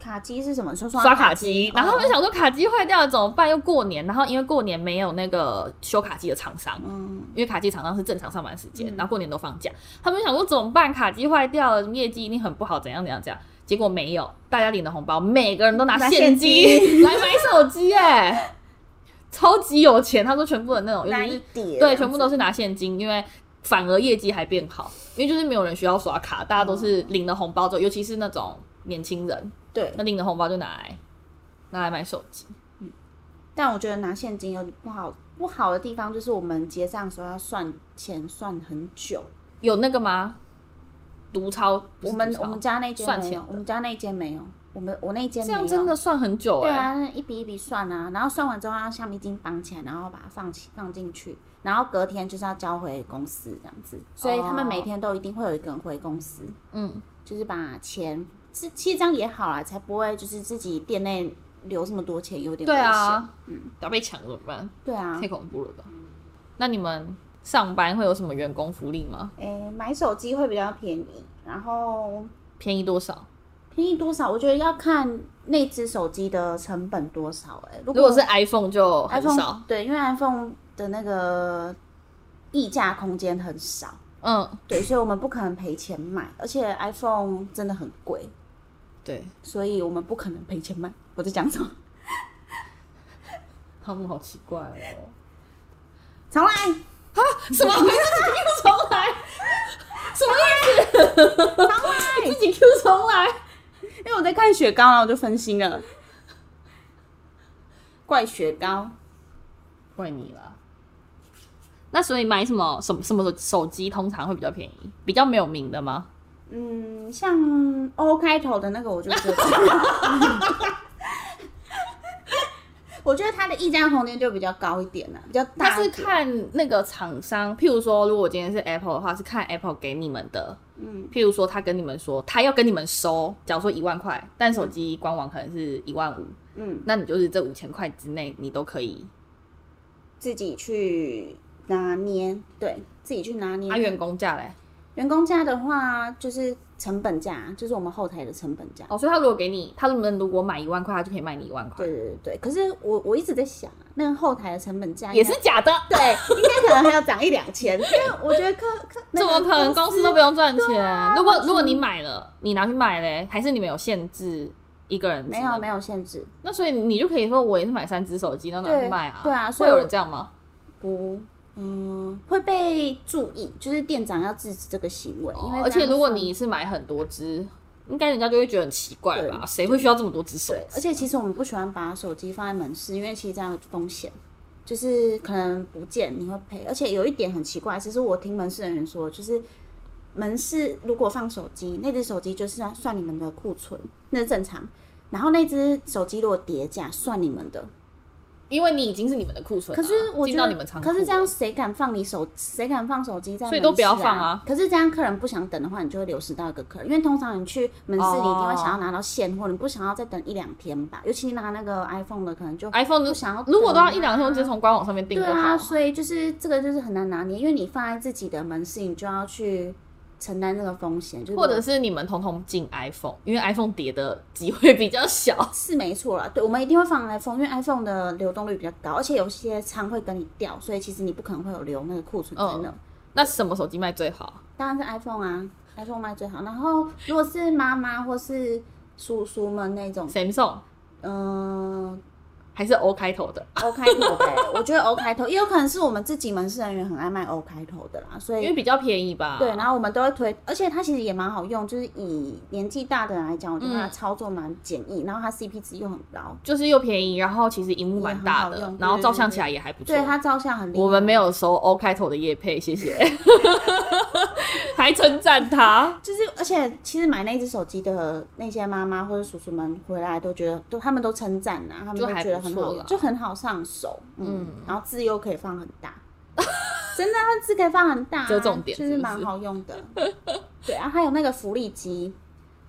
B: 卡机是什么？说
A: 刷
B: 卡嗯
A: 卡机，然后他们想说卡机坏掉了怎么办？又过年，然后因为过年没有那个修卡机的厂商，
B: 嗯，
A: 因为卡机厂商是正常上班时间，然后过年都放假，他们想说怎么办？卡机坏掉了，业绩一定很不好，怎样怎样怎样。结果没有，大家领的红包，每个人都拿
B: 拿
A: 现
B: 现
A: 金
B: 金
A: 来买手机，哎，超级有钱。他说全部的那种，尤
B: 那
A: 其
B: 一
A: 是
B: 叠
A: 对，全部都
B: 是
A: 是拿现金，因为反而业绩还变好，因为就是没有人需要刷卡，大家都是领了红包
B: 嗯
A: 之后，尤其是那种年轻人，
B: 对。
A: 那领的红包就拿来拿来买手机。
B: 但我觉得拿现金有点不好，不好的地方就是我们结账的时候要算钱算很久。
A: 有那个吗？毒钞，不
B: 我
A: 是
B: 们
A: 毒
B: 我
A: 钞
B: 们家那间
A: 算
B: 没
A: 钱
B: 有
A: 的，
B: 我们家那间没有，我们我那间
A: 这
B: 没有。
A: 样真的算很久
B: 对
A: 哎、
B: 啊，那一笔一笔算啊，然后算完之后，要橡皮筋绑起来，然后把它放起放进去，然后隔天就是要交回公司这样子。所以他们
A: 哦
B: 每天都一定会有一个人回公司，
A: 嗯，
B: 就是把钱，是其实这样也好啊啦，才不会就是自己店内留这么多钱，有点
A: 对
B: 危险。
A: 啊，嗯，要被抢了怎么办？
B: 对啊
A: 太，恐怖了吧？那你们上班会有什么员工福利吗？
B: 诶、买手机会比较便宜，然后
A: 便宜多少？
B: 便宜多少？我觉得要看那只手机的成本多少、欸。哎，如
A: 如果是 iPhone 就很
B: iPhone，
A: 少，
B: 对，因为 iPhone 的那个溢价空间很少，
A: 嗯，
B: 对，所以我们不可能赔钱买，而且 iPhone 真的很贵，
A: 对，
B: 所以我们不可能赔钱买。我在讲什么？
A: 他们好奇怪哦。
B: 重 来，
A: 什么？你又重来？什么意思？
B: 重来，
A: 自己 Q 重来？
B: 因哎为我在看雪糕，然后我就分心了。 怪雪糕，
A: 怪你啦。那所以买什么什么什么手机通常会比较便宜？比较没有名的吗？
B: 嗯，像 O 开头的那个，我就觉得， 我觉得它的溢价空间就比较高一点了，啊比较大
A: 它
B: 一
A: 是
B: 点。
A: 看那个厂商，譬如说，如果我今天是 Apple 的话，是看 Apple 给你们的。
B: 嗯，
A: 譬如说，他跟你们说他要跟你们收，假如说一万块，但手机官网可能是一万五，
B: 嗯，
A: 那你就是这五千块之内，你都可以。
B: 自己去拿捏，对自己去拿捏。
A: 他、啊员工价嘞？
B: 员工价的话，就是成本价，就是我们后台的成本价。
A: 哦，所以他如果给你，他们如果买一万块，他就可以卖你一万块
B: 对，对对对，可是我我一直在想，那个后台的成本价
A: 也是假的。
B: 对，应该可能还要涨一两千，因为我觉得客客那
A: 怎么
B: 个
A: 可能公司都不用赚
B: 对
A: 钱？
B: 啊
A: 如果如果你买了，你拿去卖嘞，还是你们有限制一个人？
B: 没有没
A: 有。
B: 有限制，
A: 那所以你就可以说，我也是买三只手机，然后拿去
B: 对
A: 卖啊。
B: 对啊所
A: 会
B: 以
A: 有
B: 我
A: 人这样吗？
B: 不，嗯，会被注意，就是店长要制止这个行为，因为
A: 哦而
B: 这
A: 且
B: 样
A: 如果
B: 算
A: 你是买很多只，应该人家就会觉得很奇怪吧？
B: 对
A: 谁会需要这么多只手
B: 对，
A: 机？
B: 而且其实我们不喜欢把手机放在门市，因为其实这样有风险，就是可能不见你会赔，而且有一点很奇怪，其实我听门市人员说，就是门市如果放手机，那只手机就是算算你们的库存，那是正常。然后那只手机如果叠价，算你们的。
A: 因为你已经是你们的库存啊，
B: 可是我
A: 进
B: 觉
A: 到
B: 得，
A: 你们仓库
B: 可
A: 了，
B: 是这样谁敢放你手，谁敢放手机在、
A: 所以都不要放啊。
B: 可是这样客人不想等的话，你就会流失到一个客人，因为通常你去门
A: 哦
B: 市，你一定会想要拿到现货，你不想要再等一两天吧？尤其你拿那个 iPhone 的，可能就
A: iPhone
B: 不
A: 就
B: 想要等啊
A: 如果都要一两天，我直接从官网上面订
B: 对
A: 就好
B: 啊，
A: 了。
B: 所以就是这个就是很难拿捏，因为你放在自己的门市，你就要去承担这个风险，就是
A: 或者是你们统统进 iPhone，因为 iPhone 叠的机会比较小。
B: 是没错啦，对，我们一定会放 iPhone，因为 iPhone 的流动率比较高，而且有些仓会跟你调，所以其实你不可能会有留那个库存在那。
A: 嗯那什么手机卖最好？
B: 当然是 iPhone 啊，iPhone 卖最好。然后如果是妈妈或是叔叔们那种，
A: Samsung
B: 嗯、
A: 还是 O 开头的，
B: o 开 头的，我觉得 O 开头，也有可能是我们自己门市人员很爱卖 O 开头的啦，所
A: 因为
B: 以
A: 比较便宜吧。
B: 对，然后我们都会推，而且它其实也蛮好用，就是以年纪大的人来讲，我觉
A: 嗯
B: 得它操作蛮简易，然后它 CP 值又很高，
A: 就是又便宜，然后其实荧幕蛮大的
B: 也很好，用
A: 然后照相起来也还不错。
B: 对它照相很厉害。
A: 我们没有收 O 开头的叶配，谢 谢，还称赞他。
B: 就是，而且其实买那只手机的那些妈妈或者叔叔们回来都觉得，都他们都称赞呐，他们
A: 就
B: 都
A: 还
B: 觉得
A: 不
B: 很
A: 错
B: 好
A: 啦
B: 用，就很好上手，嗯，
A: 嗯
B: 然后字又可以放很大， 真的，它字可以放很大、啊，
A: 这重点
B: 就是
A: 不是
B: 蛮好用 的。对啊，还有那个福利机，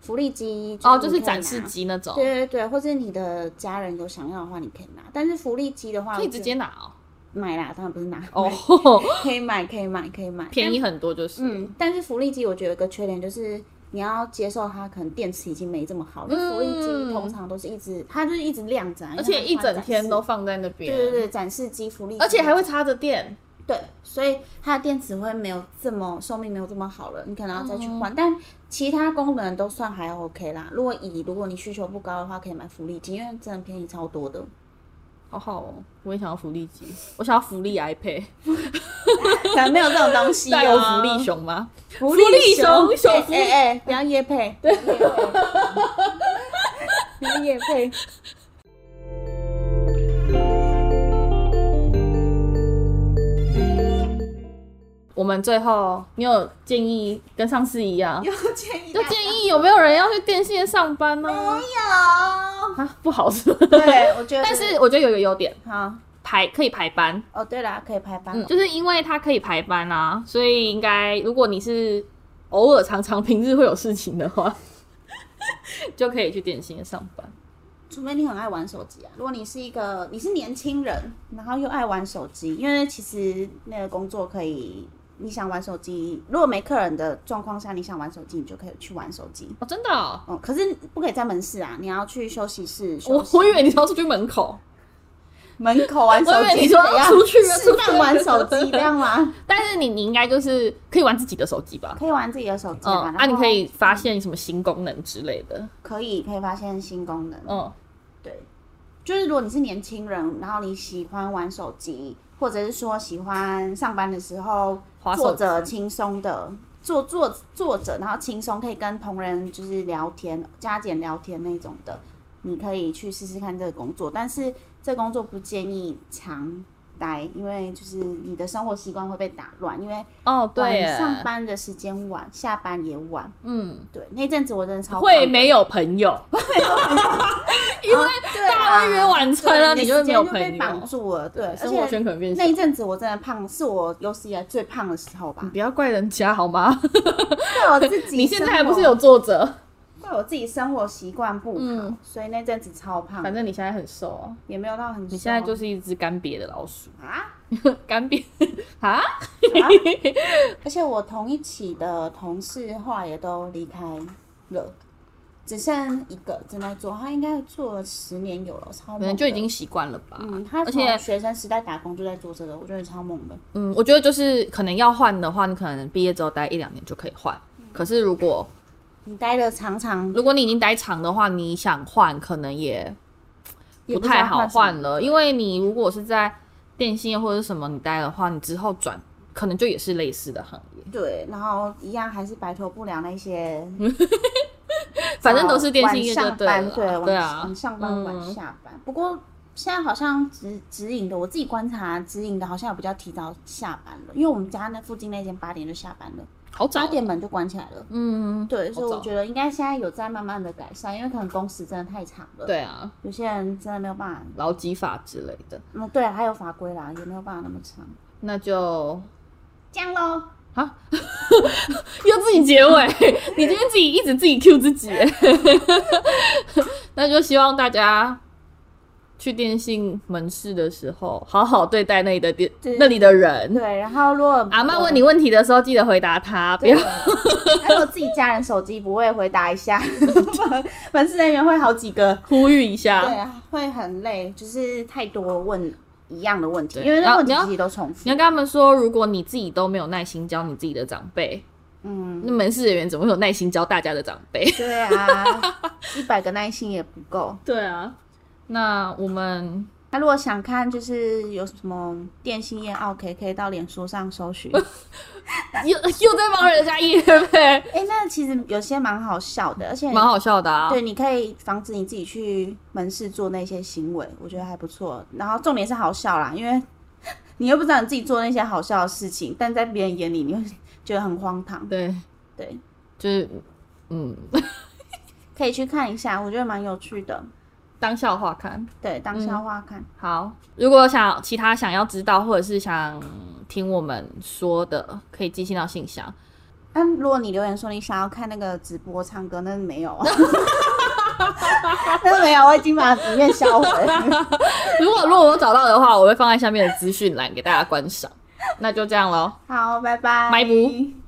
B: 福利机
A: 哦，就是
B: 你可以
A: 展示
B: 拿，
A: 机那种，
B: 对对对，或是你的家人有想要的话，你可以拿，但是福利机的话
A: 可以直接拿
B: 买啦，当然不是拿
A: 哦。
B: 买
A: 哦，
B: 可以买，可以买，可以买，
A: 便宜很多就是。
B: 嗯，但是福利机我觉得有个缺点就是你要接受它可能电池已经没这么好，因为福利
A: 嗯
B: 机通常都是一直它就是一直亮着啊，因为
A: 而且
B: 它
A: 一整天都
B: 展示
A: 放在那边，啊
B: 对对，对展示机福利机，
A: 而且还会插着电，
B: 对，所以它的电池会没有这么寿命没有这么好了，你可能要再去
A: 嗯
B: 换，但其他功能都算还 OK 啦。如果以如果你需求不高的话，可以买福利机，因为真的便宜超多的。
A: 好好哦。我也想要福利机，我想要福利 iPad，
B: 可能没有这种 东西、哦，
A: 带有福利熊吗？
B: 福
A: 啊利熊
B: 熊
A: 熊
B: 哎
A: 福利
B: 哎哎，不要夜配，对， 不要夜配。
A: 我们最后，你有建议跟上次一 样，
B: 有建议
A: 就建议有没有人要去电信上班呢、
B: 有。
A: 啊，不好说。
B: 对，我觉 得。
A: 但是我觉得有个优点，
B: 好
A: 排可以排班，
B: 哦，对啦，可以排班
A: 嗯，
B: 了。
A: 就是因为它可以排班啊，所以应该如果你是偶尔常常平日会有事情的话， 就可以去电信上班。
B: 除非你很爱玩手机啊。如果你是一个你是年轻人，然后又爱玩手机，因为其实那个工作可以你想玩手机，如果没客人的状况下，你想玩手机，你就可以去玩手机。
A: 哦，真的哦、
B: 哦，可是不可以在门市啊，你要去休息室休
A: 我
B: 息。
A: 我以为你要出去门口，
B: 门口玩手
A: 我以为
B: 机
A: 你
B: 是
A: 说
B: 怎样？
A: 出去啊
B: 适
A: 出去
B: 当
A: 啊
B: 玩手机这样吗？
A: 但是你你应该就是可以玩自己的手机吧？
B: 可以玩自己的手机啊，
A: 嗯，
B: 然
A: 啊，你
B: 后
A: 可以发现什么新功能之类的。
B: 可以可以发现新功能。
A: 嗯，
B: 对，就是如果你是年轻人，然后你喜欢玩手机，或者是说喜欢上班的时候
A: 滑手
B: 坐
A: 机
B: 着轻松的坐坐坐着，然后轻松可以跟同仁就是聊天、加减聊天那种的，你可以去试试看这个工作。但是这工作不建议长待，因为就是你的生活习惯会被打乱，因为
A: 哦，对
B: 晚
A: 耶，
B: 上班的时间晚，下班也晚。
A: 嗯，
B: 对，那阵子我真的超
A: 会
B: 棒的
A: 没有朋友，因为
B: 对
A: 大
B: 啊
A: 家约晚餐
B: 对
A: 啊，你就会没有
B: 时
A: 朋
B: 间就被绑
A: 友。
B: 住了，对，而
A: 生活
B: 且
A: 圈可能变小
B: 那。一阵子我真的胖，是我有史以来最胖的时候吧
A: 你。不要怪人家好吗？
B: 对我自己，
A: 你现在还不是有坐着？
B: 怪我自己生活习惯不好，
A: 嗯
B: 所以那阵子超胖，
A: 反正你现在很瘦啊，
B: 也没有到很瘦。
A: 你现在就是一只干瘪的老鼠，
B: 啊，
A: 干瘪啊！
B: 而且我同一起的同事后来也都离开了。只剩一个正在做，他应该做了十年有了，超
A: 可
B: 猛的
A: 能就已经习惯了吧。
B: 嗯，他
A: 而
B: 从
A: 且
B: 学生时代打工就在做这个，我觉得超猛的。
A: 嗯，我觉得就是可能要换的话，你可能毕业之后待一两年就可以换。可是如果
B: 你待的长长，
A: 如果你已经待长的话，你想换可能也
B: 也
A: 不
B: 知道
A: 太好
B: 什么
A: 换了，因为你如果是在电信业或者是什么你待的话，你之后转可能就也是类似的行 业，
B: 对，然后一样还是摆脱不了那些，
A: 嗯反正都是电信业
B: 晚
A: 就
B: 上
A: 对
B: 班
A: 了，
B: 对晚
A: 对啊
B: 晚，上班晚
A: 嗯
B: 下班。不过现在好像指指引的，我自己观察指引的，好像有比较提早下班了，因为我们家那附近那间八点就下班了，
A: 好早
B: 八，点门就关起来了。
A: 嗯，
B: 对，所以
A: 好
B: 我
A: 早
B: 觉得应该现在有在慢慢的改善，因为可能工时真的太长了。，
A: 对啊，
B: 有些人真的没有办法。
A: 劳基法之类的，
B: 嗯，对，还有法规啦，也没有办法那么长。
A: 那就
B: 这样喽，
A: 啊，又自己结尾， 你今天自己一直自己 Q 自己， 那就希望大家去电信门市的时候，好好对待那里的电
B: 对
A: 那里的人。
B: 对，然后如果
A: 阿妈问你问题的时候，记得回答她，不
B: 对
A: 要。
B: 还有自己家人手机不会回答一下， 门市人员会好几个，
A: 呼吁一
B: 对
A: 下。
B: 啊，会很累，就是太多问一样的问题，
A: 对
B: 因为
A: 然
B: 那
A: 后
B: 问题
A: 你要
B: 其实都重
A: 你
B: 复
A: 要。跟他们说，如果你自己都没有耐心教你自己的长辈，
B: 嗯，
A: 那门市人员怎么会有耐心教大家的长辈？
B: 对 啊，一百个耐心也不够。
A: 对啊， 那我们
B: 那如果想看就是有什么电信业 OK，可以到脸书上搜 寻。
A: 又又在帮人家夜呗，
B: 哎、那其实有些蛮好笑的，而且
A: 蛮好笑的啊。
B: 对，你可以防止你自己去门市做那些行为，我觉得还不错。然后重点是好笑啦，因为你又不知道你自己做那些好笑的事情，但在别人眼里你会觉得很荒唐。
A: 对，
B: 对，
A: 就是嗯，
B: 可以去看一下，我觉得蛮有趣的。
A: 当笑话看。
B: 对，当笑话看。嗯
A: 好，如果想其他想要知道或者是想听我们说的，可以寄信到信箱。
B: 那、如果你留言说你想要看那个直播唱歌，那没 有，啊那没有，我已经把影片销毁 了。
A: 如果如果我找到的话，我会放在下面的资讯栏给大家观赏。那就这样喽。
B: 好，拜拜，
A: 埋伏。